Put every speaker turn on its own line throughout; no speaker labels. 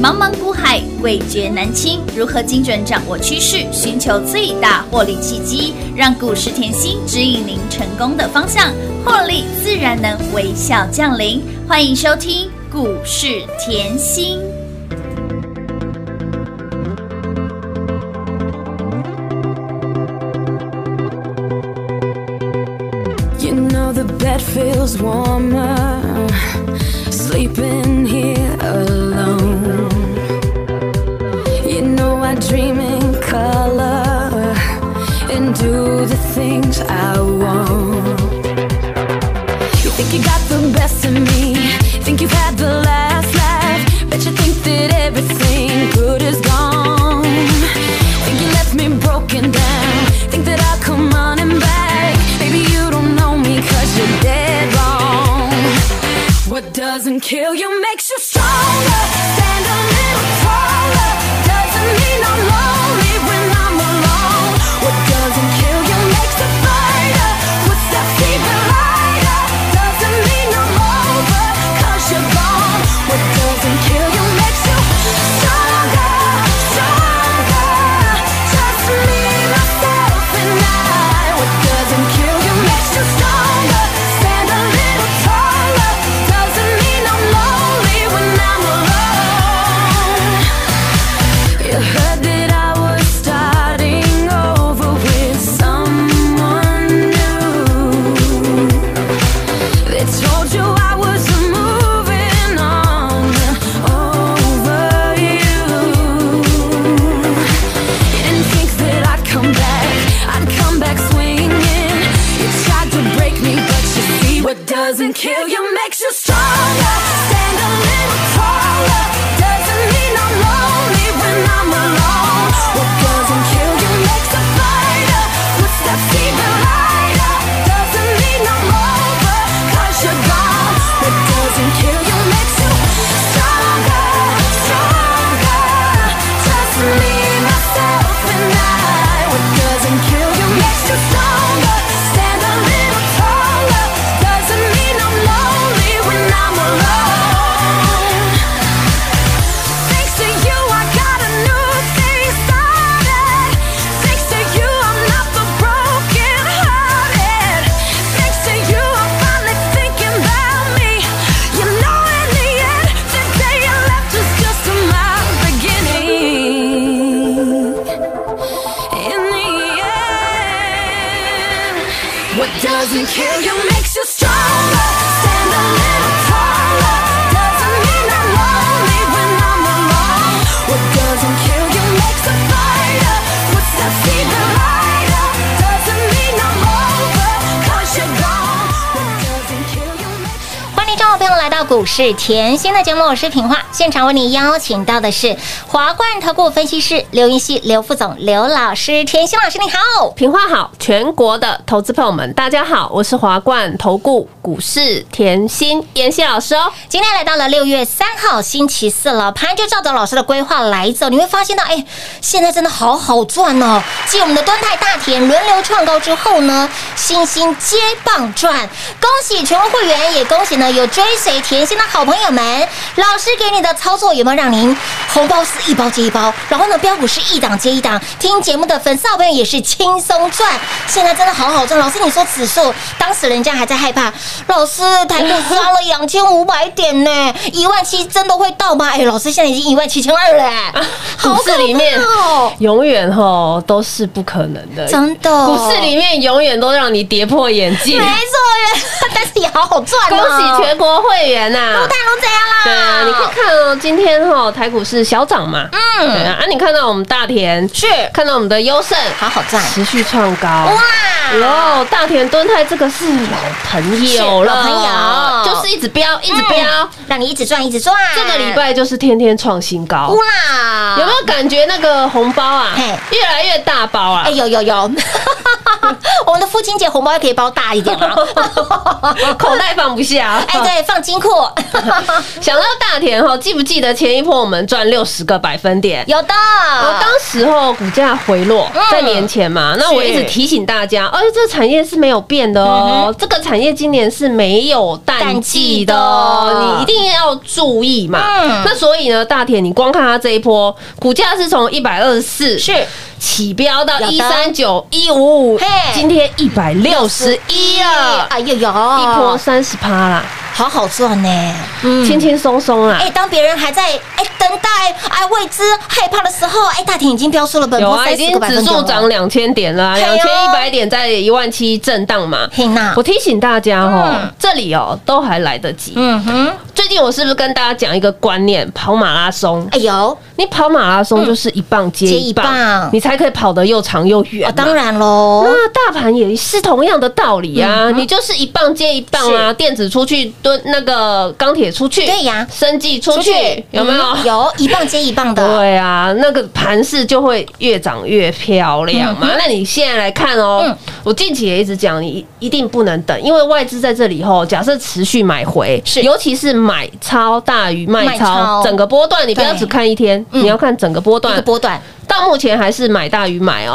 茫茫股海，味觉难清。如何精准掌握趋势，寻求最大获利契机，让股市甜心指引您成功的方向，获利自然能微笑降临。欢迎收听股市甜心。
You know the bed feels warmer sleeping here alone. You know I dream in color and do the things I want. You think you got the best of me? Think you've had the last laugh? Bet you think that everything good is gone. Think you left me broken down? Think that I'll come running back? Maybe you don't know me 'cause you're dead wrong. What doesn't kill you makes you stronger. Stand a little taller. Doesn't mean I'm lonely when I'm alone. What doesn't kill you makes a fighter. What's that even lighter? Doesn't mean I'm over, cause you're gone. What doesn't kill you makes you stronger. Stronger. Just me, myself, and I. What doesn't kill you makes you stronger. Stand a little taller. Doesn't mean I'm lonely when I'm alone. You heard that I was starting over with someone new. They told you I was moving on over you. You didn't think that I'd come back. I'd come back swinging. You tried to break me, but you see what doesn't kill you makes you stronger. Stand a little taller. Doesn't mean I'm lonely when I'm alone. What doesn't kill you makes a fighter. Footsteps even lighter. Doesn't mean I'm over, cause you're gone. What doesn't kill you makes you stronger, stronger. Just me, myself, and I. What doesn't kill you makes you stronger. Stand a little taller. Doesn't mean I'm lonely when I'm alone. Thanks to you, I got a new thing started. Thanks to you, I'm not the broken hearted. Thanks to you, I'm finally thinking about me. You know, in the end, the day you left is just my beginning. In the end, what doesn't kill you makes you stronger. Stand a little taller. Doesn't mean I'm lonely when I'm alone. What doesn't kill you makes a fighter. What's that even lighter? Doesn't mean I'm over, cause you're gone. What doesn't kill you makes you
欢迎听众朋友来到股市甜心的节目，我是品化。现场为你邀请到的是华冠投顾分析师刘云熙、刘副总、刘老师。甜心老师你好，
平花好，全国的投资朋友们，大家好，我是华冠投顾股市甜心妍希老师哦。
今天来到了六月三号星期四了，盘就照着老师的规划来走，你会发现到，哎，现在真的好好赚哦。继我们的端泰大田轮流创高之后呢，星星接棒赚，恭喜全国会员，也恭喜呢有追随甜心的好朋友们。老师给你的操作有没有让您红包是一包接一包，然后呢标股是一档接一档，听节目的粉丝好朋友也是轻松赚，现在真的好好赚。老师你说指数，当时人家还在害怕，老师台股杀了两千五百点 呢，一万七真的会到吗？哎，老师现在已经一万七千二了，哎好
股
可
市里面
怕哦，
永远吼都是不可能的，
真的哦
股市里面永远都让你跌破眼镜
没。错 耶，但是也好好赚哦，
恭喜全国会员呐、
大龙这样啦，
对啊，你看看哦，今天哦，台股是小涨嘛，嗯，对啊，啊，你看到我们大田
是
看到我们的优胜
好好赚，
持续创高，
哇，
哟，哦大田敦泰这个是老朋友了，
是老朋友
就是一直飙，一直飙。
嗯让你一直赚一直赚，
这个礼拜就是天天创新高，
哇，
有没有感觉那个红包啊
嘿，
越来越大包
哎
啊
哎，？有有有，我们的父亲节红包也可以包大一点啊！
口袋放不下。
哎，对，放金 库
想到大田哈，记不记得前一波我们赚六十个百分点？
有的。
我当时候股价回落，
嗯
在年前嘛，那我一直提醒大家，而且这个产业是没有变的
嗯
哦，这个产业今年是没有淡季的哦，你
淡季的
一定要注意嘛
嗯。
那所以呢，大田，你光看它这一波股价是从一百二十四
是
起标到
有
一
的
三九一五五
嘿，
今天一百六十一了，
哎呦呦，
一波三十趴啦，
好好赚呢、嗯
轻轻松松啊啦
哎、。当别人还在哎、等待哎未知害怕的时候，哎、大田已经飙出了本
有
波
啊，已
三十
经
个百
指
分点
数涨
了。
两千点了啊，
哎呦
两千一百点在一万七震荡嘛。
嘿娜
我，提醒大家哦，
啊嗯
这里哦都还来得及。
嗯哼，
最近我是不是跟大家讲一个观念，跑马拉松？
哎呦，哦，
你跑马拉松就是一棒接一棒，
接一棒哦
你才可以跑得又长又远嘛、嗯
当然喽，
那大盘也是同样的道理
嗯
啊，你就是一棒接一棒啊，电子出去，蹲那个钢铁出去，
对呀
生技出去，有没有？
嗯有一棒接一棒的，
对啊，那个盘势就会越长越漂亮嘛。那你现在来看哦，
嗯
我近期也一直讲，你一一定不能等，因为外资在这里后，假设持续买回，
是
尤其是买超大于卖
卖
超，
超
整个波段你不要
对
只看一天，
嗯
你要看整个波
一
段
个。波段，
到目前还是买大于买哦。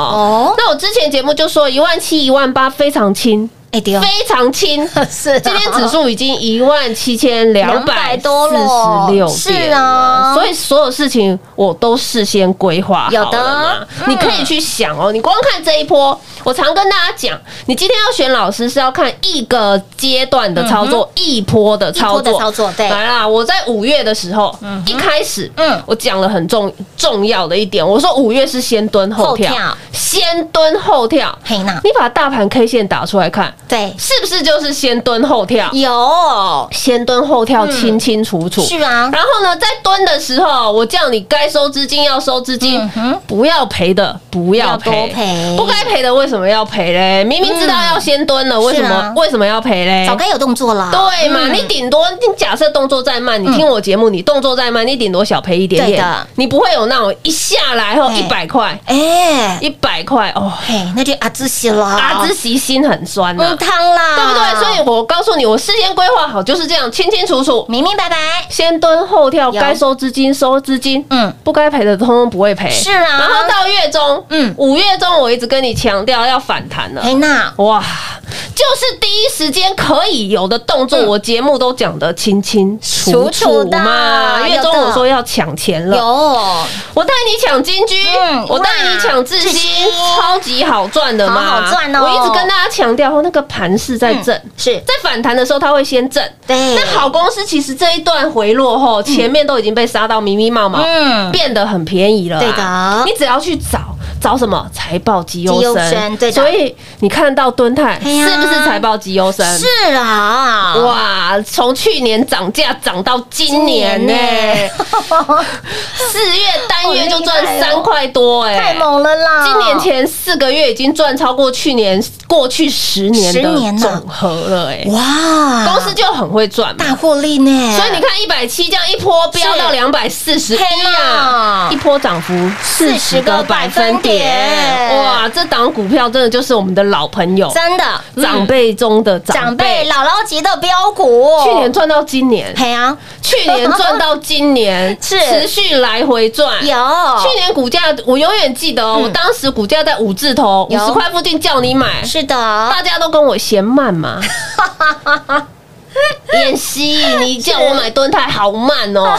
哦
那我之前节目就说一万七、一万八非常轻，
哎对哦，
非常轻。
是啊
今天指数已经一万七千两百
200多了
四十六
是啊
所以所有事情我都事先规划好了
有的
嘛
嗯
你可以去想哦。你光看这一波，我常跟大家讲，你今天要选老师是要看一个阶段的操作，一波的操
嗯一波
作，
的操作对
来啦，我在五月的时候，一开始，
嗯
嗯，我讲了很重重要的一点，我说五月是先蹲后跳，
后跳
先蹲后跳。
嘿娜，
你把大盘 K 线打出来看，
对，
是不是就是先蹲后跳？
有，
先蹲后跳，清清楚楚。
是啊，
然后呢，在蹲的时候，我叫你该收资金要收资金
嗯哼，
不要赔的不要
不要
赔
多赔，
不该赔的为什么要赔嘞？明明知道要先蹲了，为什
是
么
啊
为什么要赔嘞
早？该有动作啦，
对嘛？
嗯
你顶多你假设动作再慢，你听我节目，你动作再慢，你顶多小赔一点
对
点
的，
你不会有那种一下来后
嘿
一百块，
哎、
一百块哦，
嘿，那就阿兹西啦，
阿兹喜心很酸啊呐
嗯，汤啦，
对不对？所以我告诉你，我事先规划好就是这样，清清楚楚，
明明白白，
先蹲后跳，
有
该收资金收资金，
嗯，
不该赔的通通不会赔。
是啊
然后到月中，
嗯
嗯，五月中我一直跟你强调要反弹了。
嘿娜，
哇，就是第一时间可以有的动作，
嗯
我节目都讲得清清楚
楚楚
楚
的
嘛。月中
有的
我说要抢钱了，
有。
我带你抢金居
嗯，
我带你抢智
哇智
新
新，
超级好赚的嘛，
好好赚哦
我一直跟大家强调，那个盘是在震，
嗯是嗯
在反弹的时候它会先震。
对，
那好公司其实这一段回落后，前面都已经被杀到迷迷毛毛，
嗯
变得很便宜了啊。
对的
你只要去找找什么财报绩优
绩优
生
生，对的
所以你看到敦泰
哎呀
是不是财报绩优生？
是啊，
哇，从去年涨价涨到今年呢、四月单月就赚三块多 哎、
哦太猛了啦！
今年前四个月已经赚超过去年过去十年
十年
的
了
总和了哎、
哇，
公司就很会赚嘛。
大获利呢，
所以你看一百七这样一波飙到两百四十一啊，
嘿呐
一波涨幅四十
40
个百分
百分
点，
点
哇，这档股票真的就是我们的老朋友，
真的
长、
嗯
辈中的
长
长
辈
辈。
姥姥级的标股，
去年赚到今年，
嘿啊
去年赚到今年，
是
持续来回赚。
有嗯
去年股价，我永远记得哦，我当时股价在五字头，五
有
十块附近叫你买，
是的，
大家都跟我嫌 慢嘛。妍希，你叫我买蹲泰好慢 哦。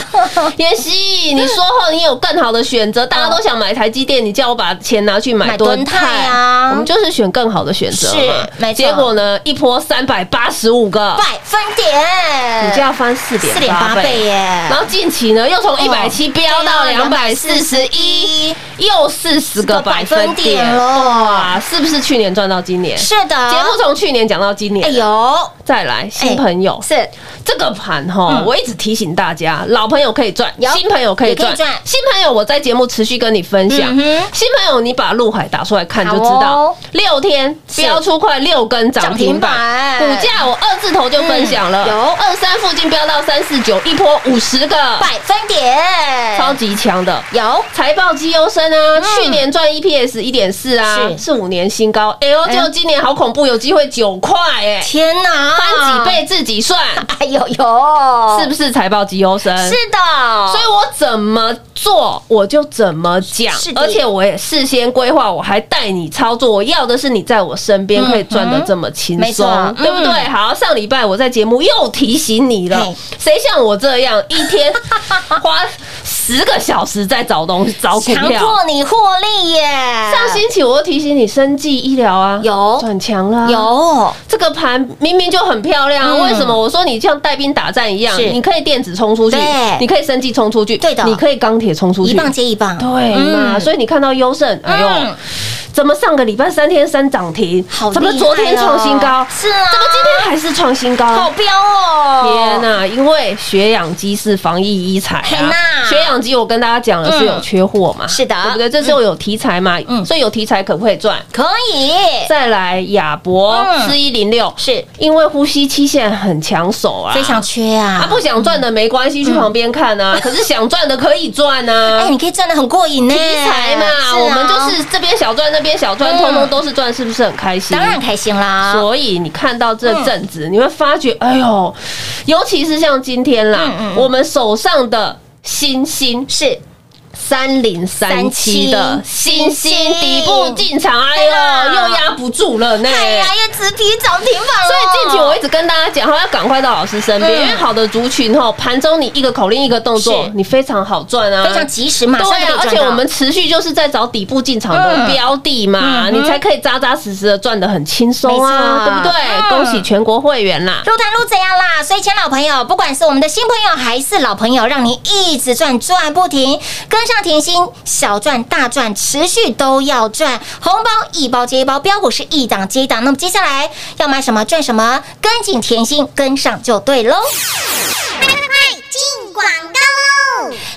妍希，你说后你有更好的选择，大家都想买台积电，你叫我把钱拿去买
买
蹲
敦泰
泰
啊
我们就是选更好的选择嘛
是没错
结果呢，一波三百八十五个，
百分点，
股价翻四点
四点八倍耶，哦
然后近期呢，又从一百七飙到两百四十一，
一，
又四十个啊百分点
40个百分点咯
哇，是不是去年赚到今年？
是的，
节目从去年讲到今
啊哎
年，
有
再来新朋友
是嗯
这个盘哈，我一直提醒大家，老朋友可以赚
有，
新朋友可以赚
也可以赚，
新朋友我在节目持续跟你分享
嗯哼，
新朋友你把陆海打出来看就知
好
道
哦，
六天
是
飙出快六根涨停
涨
板，股
停板
价我二字头就分享了，
嗯有
二三附近飙到三四九，一波五十个。
百分点，
超级强的，
哎有嗯
财报绩优生啊，去年赚 EPS 一点四啊，
是
是五年新高。哎呦，
哎
就今年好恐怖，有机会九块哎，
天哪，哦
翻几倍自己算，
哎呦呦，
是不是财报绩优生？
是的，
所以我怎么做我就怎么讲
是，的
而且我也事先规划，我还带你操作。我要的是你在我身边
嗯
可以赚得这么轻
没错
松，对不对？
嗯
好，上礼拜我在节目又提醒你了
嘿，
谁像我这样一天花十个小时在找东西找股
强
票？
迫你获利耶，
上星期我又提醒你，生技医疗啊，
有
转强了、。啊
有
这个盘明明就很漂亮啊，
嗯
为什么我说你像带兵打仗一样？
是
你可以电子冲出去
对，
你可以生技冲出去，
对的
你可以钢铁冲出去，
一棒接一棒，
对嘛？所以你看到优胜，哎呦
嗯，
怎么上个礼拜三天三涨停
好，
怎么
厉害
昨天创新高
哦，是啊，
怎么今天还是创新
好
高？
彪哦，
天呐、因为血氧机是防疫医材
嘿
啊
呐，嗯
血氧机我跟大家讲了是有缺货嘛，
是的
对不对？这时候有题材嘛，
嗯
所以有题材可不可以赚？
可以，
再来亚博
嗯
四一零六，
是
因为呼吸期限很抢手啊，
非常缺啊，
啊，不想赚的没关系，去旁边看 啊。可是想赚的可以赚啊。
哎，你可以赚的很过瘾呢，
题材嘛，
是啊
我们就是这边小赚，那边小赚，
嗯
通通都是赚，是不是很开心？
当然。嗯开心啦，
所以你看到这阵子，你会发觉，哎呦，尤其是像今天啦，我们手上的星星
嗯是
三零三七的星星
星星
底部进场，哎
哎
呦，
呀
又压不住了呢。
哎呀，又直提哦涨停板了。
所以近期我一直跟大家讲，哈，要赶快到老师身边，
嗯
因为好的族群吼，盘中你一个口令一个动作
是，
你非常好赚啊，
非常及时，马上就可以
对啊，
赚
而
到
且我们持续就是在找底部进场的标的嘛，
嗯嗯
你才可以扎扎实实的赚得很轻松啊，
没
对
错
不对？
嗯
恭喜全国会员啦！
入团入怎样啦？所以，亲爱的老朋友，不管是我们的新朋友还是老朋友，让你一直赚赚不停，跟上甜心，小赚大赚，持续都要赚，红包一包接一包，标股是一档接一档。那么接下来要买什么赚什么，跟紧甜心，跟上就对喽。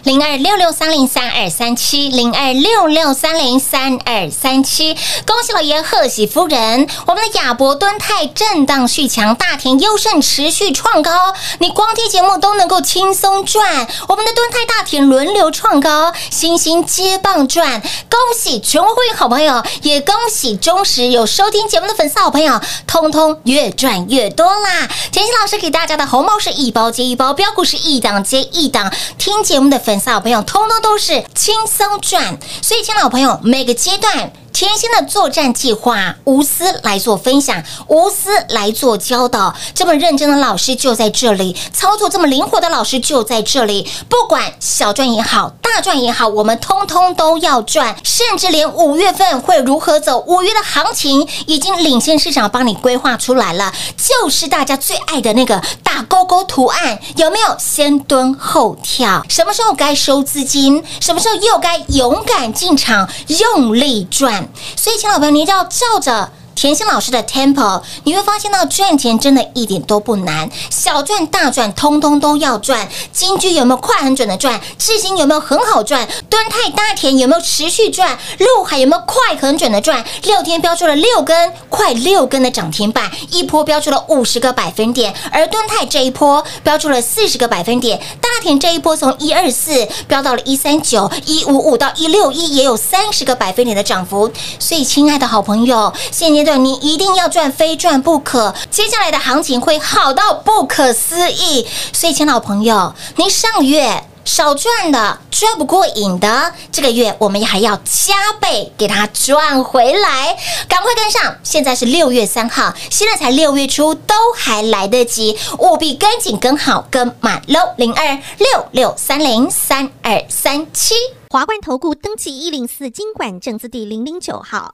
零二六六三零三二三七，零二六六三零三二三七。恭喜老爷，贺喜夫人！我们的亚伯敦泰震荡续强，大田优胜持续创高，你光听节目都能够轻松赚。我们的敦泰大田轮流创高，星星接棒赚。恭喜全国会员好朋友，也恭喜忠实有收听节目的粉丝好朋友，通通越赚越多啦！甜心老师给大家的红包是一包接一包，标股是一档接一档。听节目的粉丝好朋友，通通都是轻松赚。所以，亲爱的好朋友，每个阶段。甜心的作战计划，无私来做分享，无私来做教导。这么认真的老师就在这里，操作这么灵活的老师就在这里。不管小赚也好，大赚也好，我们通通都要赚。甚至连五月份会如何走，五月的行情已经领先市场，帮你规划出来了，就是大家最爱的那个大勾勾图案，有没有？先蹲后跳，什么时候该收资金，什么时候又该勇敢进场，用力赚。所以，亲爱的朋友，你一定要照着。甜心老师的 Temple，你会发现到赚钱真的一点都不难，小赚大赚，通通都要赚。金居有没有快很准的赚？智新有没有很好赚？敦泰大田有没有持续赚？陆海有没有快很准的赚？六天标出了六根，快六根的涨停板，一波标出了五十个百分点，而敦泰这一波标出了四十个百分点，大田这一波从一二四飙到了一三九、一五五到一六一，也有三十个百分点的涨幅。所以，亲爱的好朋友，现阶段你一定要赚，非赚不可。接下来的行情会好到不可思议。所以，亲爱的好朋友，您上个月。少赚的、赚不过瘾的，这个月我们还要加倍给它赚回来，赶快跟上！现在是六月三号，现在才六月初，都还来得及，务必跟紧、跟好、跟满喽！零二六六三零三二三七。
华冠投顾登记一零四经管证字第零零九号。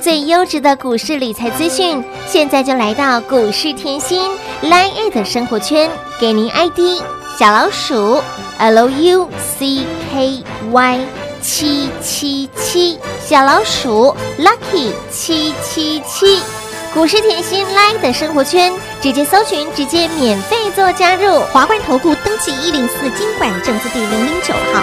最优质的股市理财资讯，现在就来到股市甜心 Line A 的生活圈，给您 ID 小老鼠 Lucky 七七七，小老鼠 Lucky 七七七。股市甜心 Line 的生活圈，直接搜寻，直接免费做加入。
华冠投顾登记一零四经管证字第零零九号。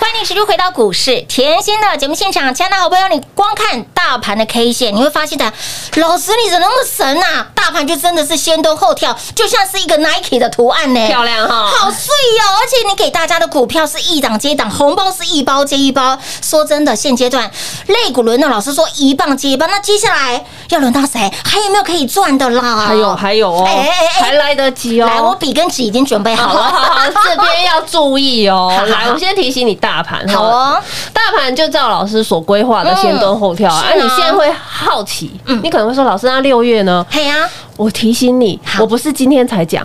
欢迎你持续回到股市甜心的节目现场，亲爱的好朋友，你光看大盘的 K 线，你会发现的，老师你怎么那么神啊？大盘就真的是先蹲后跳，就像是一个 Nike 的图案呢、
漂亮哈、
好碎哦！而且你给大家的股票是一档接一档，红包是一包接一包。说真的，现阶段肋骨轮到老师说一棒接一棒，那接下来要轮到谁？还有没有可以赚的啦？
还有还有哦，
哎哎哎
还来得及哦。
来，我笔跟纸已经准备好
好
了。
了，好 了，这边要注意哦
好好。
来，我先提醒你大盘
好
了
哦，
大盘就照老师所规划的先蹲后跳啊。
是啊嗯
啊你现在会好奇，你可能会说，老师，那六月呢？
嘿啊呀、
我提醒你，我不是今天才 讲，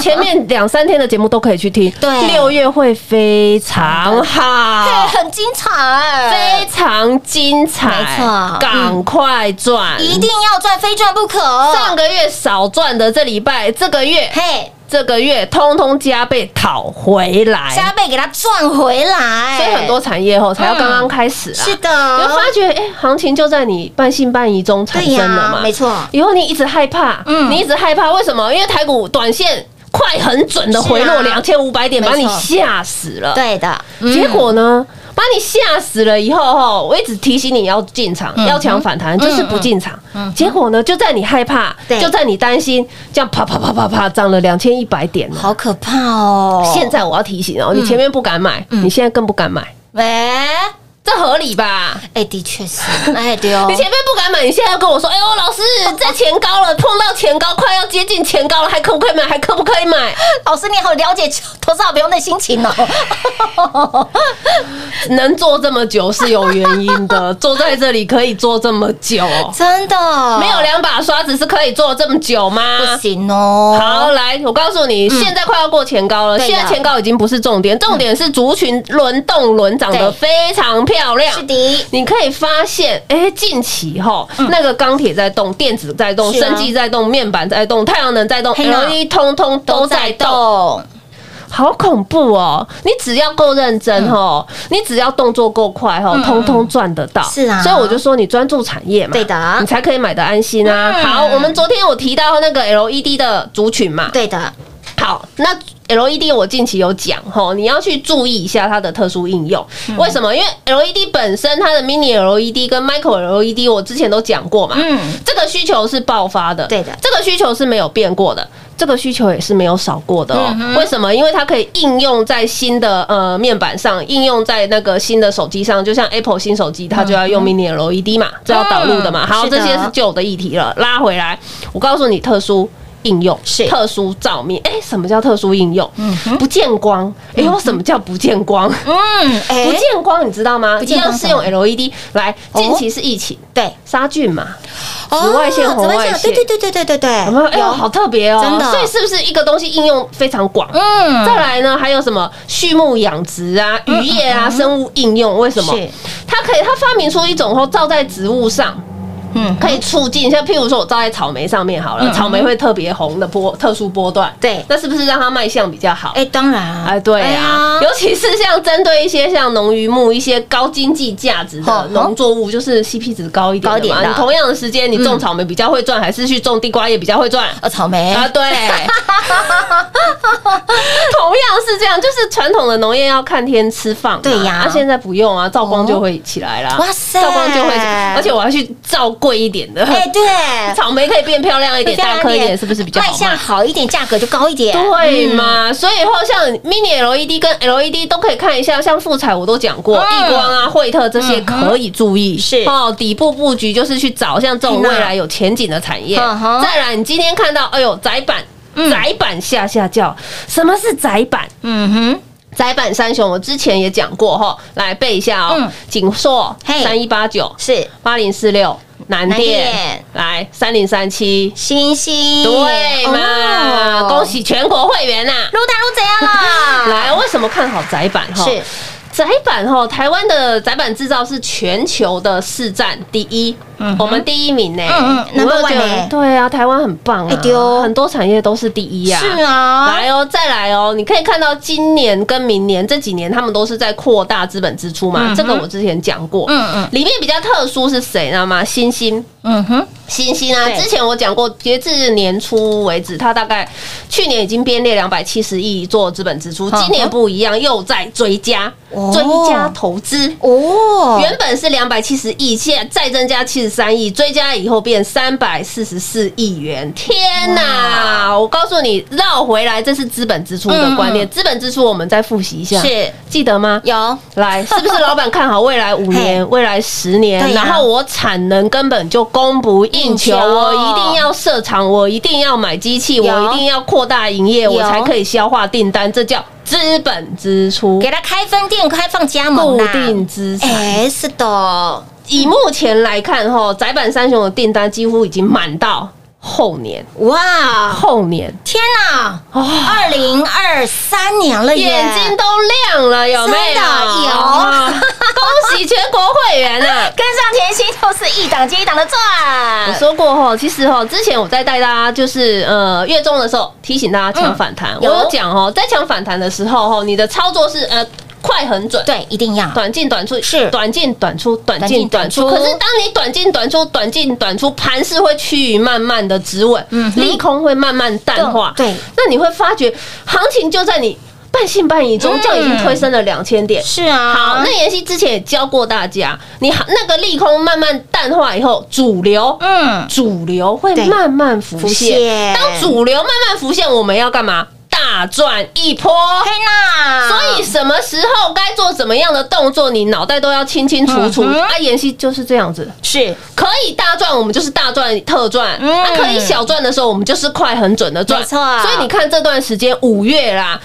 前面两三天的节目都可以去听。
对
六月会非常好
嘿，。很精彩，
非常精彩，
没错嗯
赶快赚！
一定要赚，非赚不可。
上个月少赚的，这礼拜、这个月、
嘿，
这个月通通加倍讨回来，
加倍给它赚回来。
所以很多产业后才要刚刚开始啊。
嗯是
你会发
的，
觉，哎、行情就在你半信半疑中产
对
生
呀、
了嘛？嗯
没错，
以后你一直害怕，
嗯
你一直害怕，为什么？因为台股短线快很准的回落
是啊
两千五百点，
没
把
错
你吓死了。
对的。嗯
结果呢，把你吓死了以后哈，我一直提醒你要进场，
嗯
要抢反弹，就是不进场。结果呢，就在你害怕
对，
就在你担心，这样啪啪啪啪啪涨了两千一百点呢。
好嗯可怕哦！
现在我要提醒哦，你前面不敢买，你现在更不敢买，
喂，哎、
这合理吧？
的确是，哎，对哦
你，前面不敢买，你现在又跟我说，哎呦，老师，在前高了，碰到前高，快要接近前高了，还可不可哎以买？还可不可以买？
老师你好了解投资好朋友的心情哦。
能做这么久是有原因 的，坐在这里可以坐这么久，
真的
没有两把刷子是可以坐这么久
不
吗？嗯
行哦。
好，来，我告诉你，现在快要过前高了。
对的
现在前高已经不是重点，重点是族群轮动轮涨
对
得非常漂亮。
是的，
你可以发现，哎，近期哈，那个钢铁在动，电子在动，
嗯是啊
生技在动，面板在动，太阳能在动
嘿呐
，LED 通通都在动，
动，
好恐怖哦！你只要够认真哦，
嗯
你只要动作够快哦，通通赚得到。
是啊
所以我就说你专注产业嘛，
对的
你才可以买的安心啊。
嗯
好，我们昨天有提到那个 LED 的族群嘛，
对的，
好，那 LED 我近期有讲吼，你要去注意一下它的特殊应用。为什么？因为 LED 本身它的 Mini LED 跟 Micro LED 我之前都讲过嘛，
嗯，
这个需求是爆发的，
对的
这个需求是没有变过的。这个需求也是没有少过的
嗯
哦。为什么？因为它可以应用在新的呃面板上，应用在那个新的手机上，就像 Apple 新手机，它就要用 Mini LED 嘛，这要导入的
嗯
嘛。好，
是的
这些是旧的议题了，拉回来。我告诉你，特殊应用
是
特殊照明。哎，什么叫特殊应用？不见光。哎呦，什么叫不见光？
嗯，哎、
不见光，你知道吗？
不
一
见光
样是用 LED 来，
哦
近期是疫情
对，
杀菌嘛，
哦
紫外线红外线
对对对对对对对，
有没有？哎呦，好特别哦！
真的
所以是不是一个东西应用非常广？
嗯，
再来呢，还有什么畜牧养殖啊、渔业啊、生物应用？为什么
嗯是？
它可以，它发明出一种后照在植物上，
嗯，
可以促进，像譬如说我照在草莓上面好了，草莓会特别红的波特殊波段，
对
那是不是让它卖相比较好？
哎，当然啊
哎，对
哎
啊
呀，
尤其是像针对一些像农渔牧一些高经济价值
好
的农作物，就是 CP 值高一点
高
的
点
嘛。
的
你同样的时间，你种草莓比较会赚，还是去种地瓜叶比较会赚？
呃，草莓
啊，对， 同样是这样，就是传统的农业要看天吃饭嘛，
对呀
啊，现在不用啊，照光就会起来啦，
哦哇塞
照光就会起，而且我要去照贵一点的，
哎，对，
草莓可以变漂亮一点，
比较亮
大颗一点，是不是比较
卖
好啊
相
卖？
好一点，价格就高一点？嗯
对嘛，所以以后像 mini LED 跟 LED 都可以看一下，像富彩我都讲过，
嗯
易光啊、惠特这些可以注意，
是
哦，底部布局就是去找像这种未来有前景的产业。
嗯哼
再来，你今天看到，哎呦，窄板。窄板下下叫，什么是窄板？
嗯哼，
窄板三雄，我之前也讲过哈，来背一下哦
嗯。
锦硕
嘿
三一八九、
是
八零四六、南
南
电
电，
来三零三七，
星星，
对嘛？
哦
恭喜全国会员啊呐！
陆大陆怎样啦？
来，为什么看好窄板？哈，
啊是
窄板哈，台湾的窄板制造是全球的市占第一，我们第一名呢。
嗯嗯
有没有
number one
觉
呢
得？对啊，台湾很棒
哎
啊，
对哦
很多产业都是第一呀。
是。啊，
来哦，再来哦！你可以看到今年跟明年这几年，他们都是在扩大资本支出嘛。这个我之前讲过，
嗯嗯
里面比较特殊是谁，你知道吗？星星，
嗯哼，
星星啊，
对
之前我讲过，截至年初为止，它大概去年已经编列两百七十亿做资本支出，
嗯
今年不一样，又在追加，
哦
追加投资。
哦，
原本是两百七十亿，现在再增加七十三亿，追加以后变三百四十四亿元。天哪！我告诉你，绕回来，这是资本支出的观念。资本支出，我们再复习一下，
嗯是
记得吗？
有
来，是不是老板看好未来五
嘿
年、未来十年
对，呀
然后我产能根本就供不应求，
应求
我一定要设厂，我一定要买机器，
有
我一定要扩大营业，
有
我才可以消化订单，这叫资本支出
给，他开分店，开放加盟
固
啦，
定资产。
哎，是的，
以目前来看，哈，窄板三雄的订单几乎已经满到后年，
哇，
后年
天哪，二零二三年了耶，
哦眼睛都亮了，有没
哎真的
有？
有
啊 恭喜全国会员啊！
跟上甜心就是一档接一档的
我
赚，
说过哈，其实哈，之前我在带大家就是呃月中的时候提醒大家抢反弹，我
嗯有
有讲哦，在抢反弹的时候哈，你的操作是呃快很准。
对，一定要
短进短出
是
短进短出，短
进
进
短
短
出
出。可是当你短进短出，短进短出，盘势会趋于慢慢的止稳，利空会慢慢淡化。
嗯对对
那你会发觉行情就在你半信半疑中，就已经推升了两千点。
嗯是啊，
好，那妍希之前也教过大家，你好那个利空慢慢淡化以后，主流，
嗯，
主流会
对
慢慢浮
浮现
现。当主流慢慢浮现，我们要干嘛？大赚一波。
嘿啊娜，
所以什么时候该做怎么样的动作，你脑袋都要清清楚
嗯
楚。啊，妍希就是这样子，
是
可以大赚，我们就是大赚特赚；
嗯
啊，可以小赚的时候，我们就是快很准的赚。
没错
所以你看这段时间五月啦，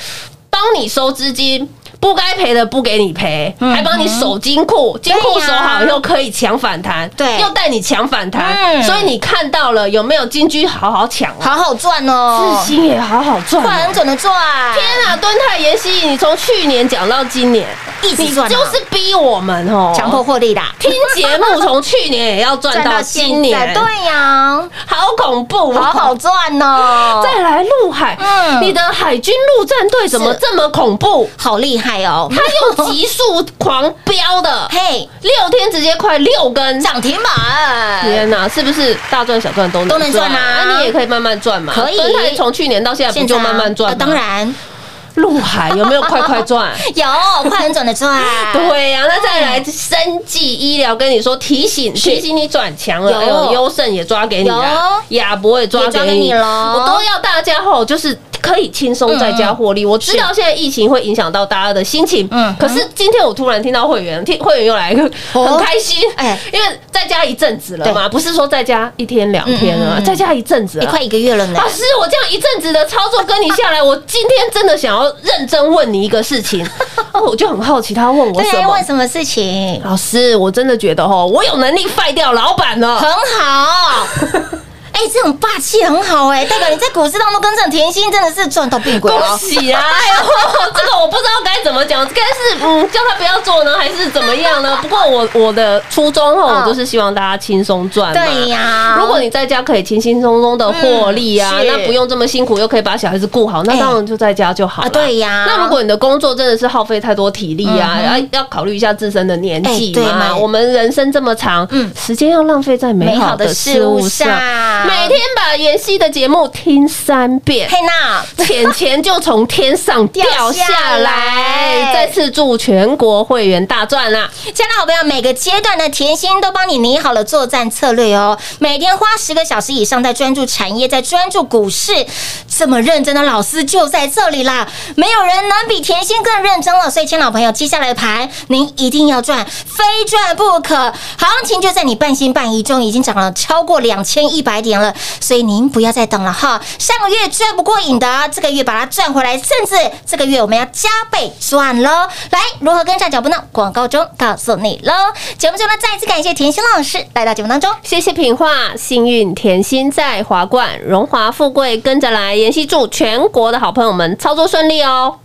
帮你收资金。不该赔的不给你赔，还帮你守金库，金库守好以后可以抢反弹，
对
又带你抢反弹，
嗯
所以你看到了有没有金居好好抢哦，
好好赚哦
智，新也好好赚哦，
快很准的赚，
天啊，敦泰妍希，你从去年讲到今年，
一
你
直赚啊，
就是逼我们哦，
强迫获利的，
听节目，从去年也要赚到今年，
对呀，
好恐怖、哦，
好好。赚哦，
再来陆海，
嗯
你的海军陆战队怎么
是
这么恐怖？
好厉害哦，
它用急速狂飙的，
嘿，
六天直接快六根。
涨停板，
天呐，是不是大赚小赚都能
都能赚啊
那你也可以慢慢赚嘛。
可以
敦泰从去年到现在不就慢慢赚
呃
吗？
当然
陆海有没有快快 赚？
有，快很准的赚，
对啊呀、那再来生技医疗，跟你说提醒提醒你转强
有
了，哎呦，优胜也抓给你了，亚博也抓
也抓
给
给你
你
咯
我都要大家吼，就是可以轻松在家获利。我知道现在疫情会影响到大家的心情，
嗯
嗯，可是今天我突然听到会员，听会员又来一个
哦
很开心，
哎
哎，因为在家一阵子了嘛，不是说在家一天两天
嗯嗯
啊
嗯，
在家一阵子
也
了
快。一个月了呢
老，师，我这样一阵子的操作跟你下来，我今天真的想要认真问你一个事 情，哦我就很好奇，他问我
对
什
啊，
么
问？什么事情？
老师，我真的觉得哦，我有能力废掉老板了。
很好。哎，这种霸气很好哎，代表你在股市当中跟上甜心真的是赚到变鬼
恭
了。
喜啊！ 哎呦，这个我不知道该怎么讲，该是嗯叫他不要做呢，还是怎么样 呢？不过我我的初衷哦，
嗯
我就是希望大家轻松赚嘛。
对呀
如果你在家可以轻轻松松的获利啊，
嗯是
那不用这么辛苦，又可以把小孩子顾好，那
哎
当然就在家就好
啊
了。
对呀
那如果你的工作真的是耗费太多体力啊，要要考虑一下自身的年纪
哎对
嘛。
嘛
我们人生这么长，
嗯
时间要浪费在美
美
好
好
的
的
事
事
物
物
上
上，，
每天把妍希的节目听三遍。
佩娜，
钱钱就从天上掉下
掉下
来，
来
再次祝全国会员大赚啊啦！
亲爱的好朋友，每个阶段的甜心都帮你拟好了作战策略哦。每天花十个小时以上在专注产业，在专注股市，这么认真的老师就在这里啦。没有人能比甜心更认真了。所以，亲爱的朋友，接下来的盘您一定要赚，非赚不可。行情就在你半信半疑中，已经涨了超过两千一百点了。所以您不要再等了哈。上个月赚不过瘾的，这个月把它赚回来，甚至这个月我们要加倍赚喽。来，如何跟上脚步呢？广告中告诉你喽。节目中呢，再次感谢甜心老师来到节目当中。
谢谢品画，幸运甜心在华冠，荣华富贵跟着来。妍希祝全国的好朋友们操作顺利哦！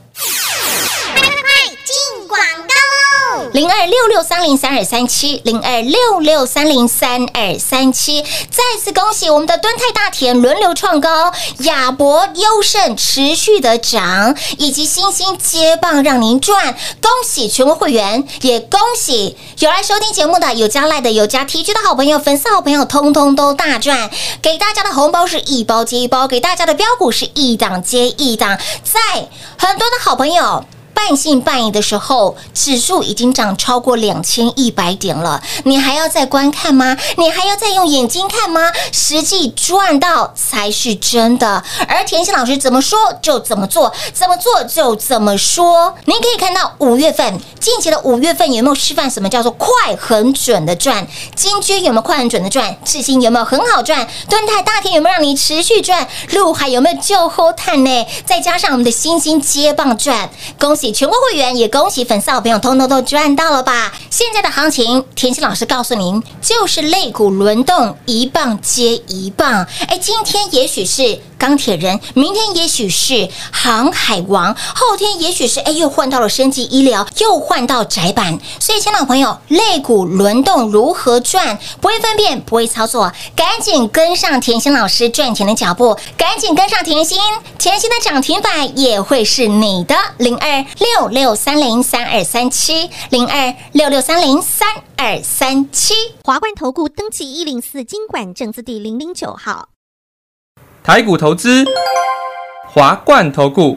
进广告喽！
零二六六三零三二三七，零二六六三零三二三七。再次恭喜我们的敦泰大田轮流创高，亚博优胜持续的涨，以及星星接棒让您赚。恭喜全国会员，也恭喜有来收听节目的、有加赖的、有加 TG 的好朋友、粉丝好朋友，通通都大赚。给大家的红包是一包接一包，给大家的标股是一档接一档，在很多的好朋友。半信半疑的时候，指数已经涨超过两千一百点了，你还要再观看吗？你还要再用眼睛看吗？实际赚到才是真的。而甜心老师怎么说就怎么做，怎么做就怎么说。您可以看到五月份近期的五月份有没有示范什么叫做快、很准的赚？金居有没有快、很准的赚？智新有没有很好赚？敦泰大田有没有让你持续赚？陆海有没有就后探呢？再加上我们的星星接棒赚，恭喜全国会员，也恭喜粉丝好朋友，通通都赚到了吧！现在的行情，甜心老师告诉您，就是肋骨轮动，一棒接一棒。哎，今天也许是钢铁人，明天也许是航海王，后天也许是哎又换到了升级医疗，又换到窄板。所以，亲老朋友，肋骨轮动如何赚？不会分辨，不会操作，赶紧跟上甜心老师赚钱的脚步，赶紧跟上甜心，甜心的涨停板也会是你的零二六六三零三二三七零二六六三零三二三七。
华冠投顾登记一零四经管证字第零零九号。
台股投资，华冠投顾。